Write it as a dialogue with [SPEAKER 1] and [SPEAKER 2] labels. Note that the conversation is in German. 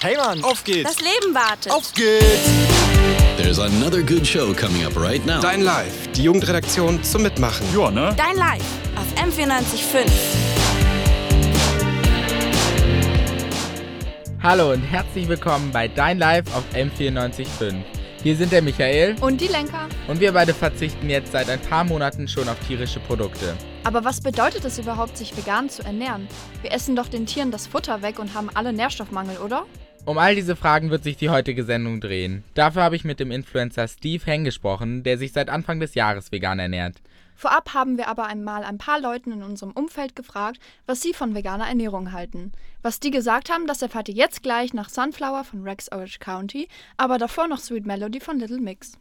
[SPEAKER 1] Hey Mann, auf geht's.
[SPEAKER 2] Das Leben wartet.
[SPEAKER 1] Auf geht's.
[SPEAKER 3] There's another good show coming up right now.
[SPEAKER 4] Dein Live, die Jugendredaktion zum Mitmachen.
[SPEAKER 1] Ja, ne?
[SPEAKER 2] Dein Live auf M945.
[SPEAKER 5] Hallo und herzlich willkommen bei Dein Live auf M945. Hier sind der Michael
[SPEAKER 6] Und die Lenker.
[SPEAKER 5] und wir beide verzichten jetzt seit ein paar Monaten schon auf tierische Produkte.
[SPEAKER 6] Aber was bedeutet es überhaupt, sich vegan zu ernähren? Wir essen doch den Tieren das Futter weg und haben alle Nährstoffmangel, oder?
[SPEAKER 5] Um all diese Fragen wird sich die heutige Sendung drehen. Dafür habe ich mit dem Influencer Steve Heng gesprochen, der sich seit Anfang des Jahres vegan ernährt.
[SPEAKER 6] Vorab haben wir aber einmal ein paar Leuten in unserem Umfeld gefragt, was sie von veganer Ernährung halten. Was die gesagt haben, das erfahrt ihr jetzt gleich nach Sunflower von Rex Orange County, aber davor noch Sweet Melody von Little Mix.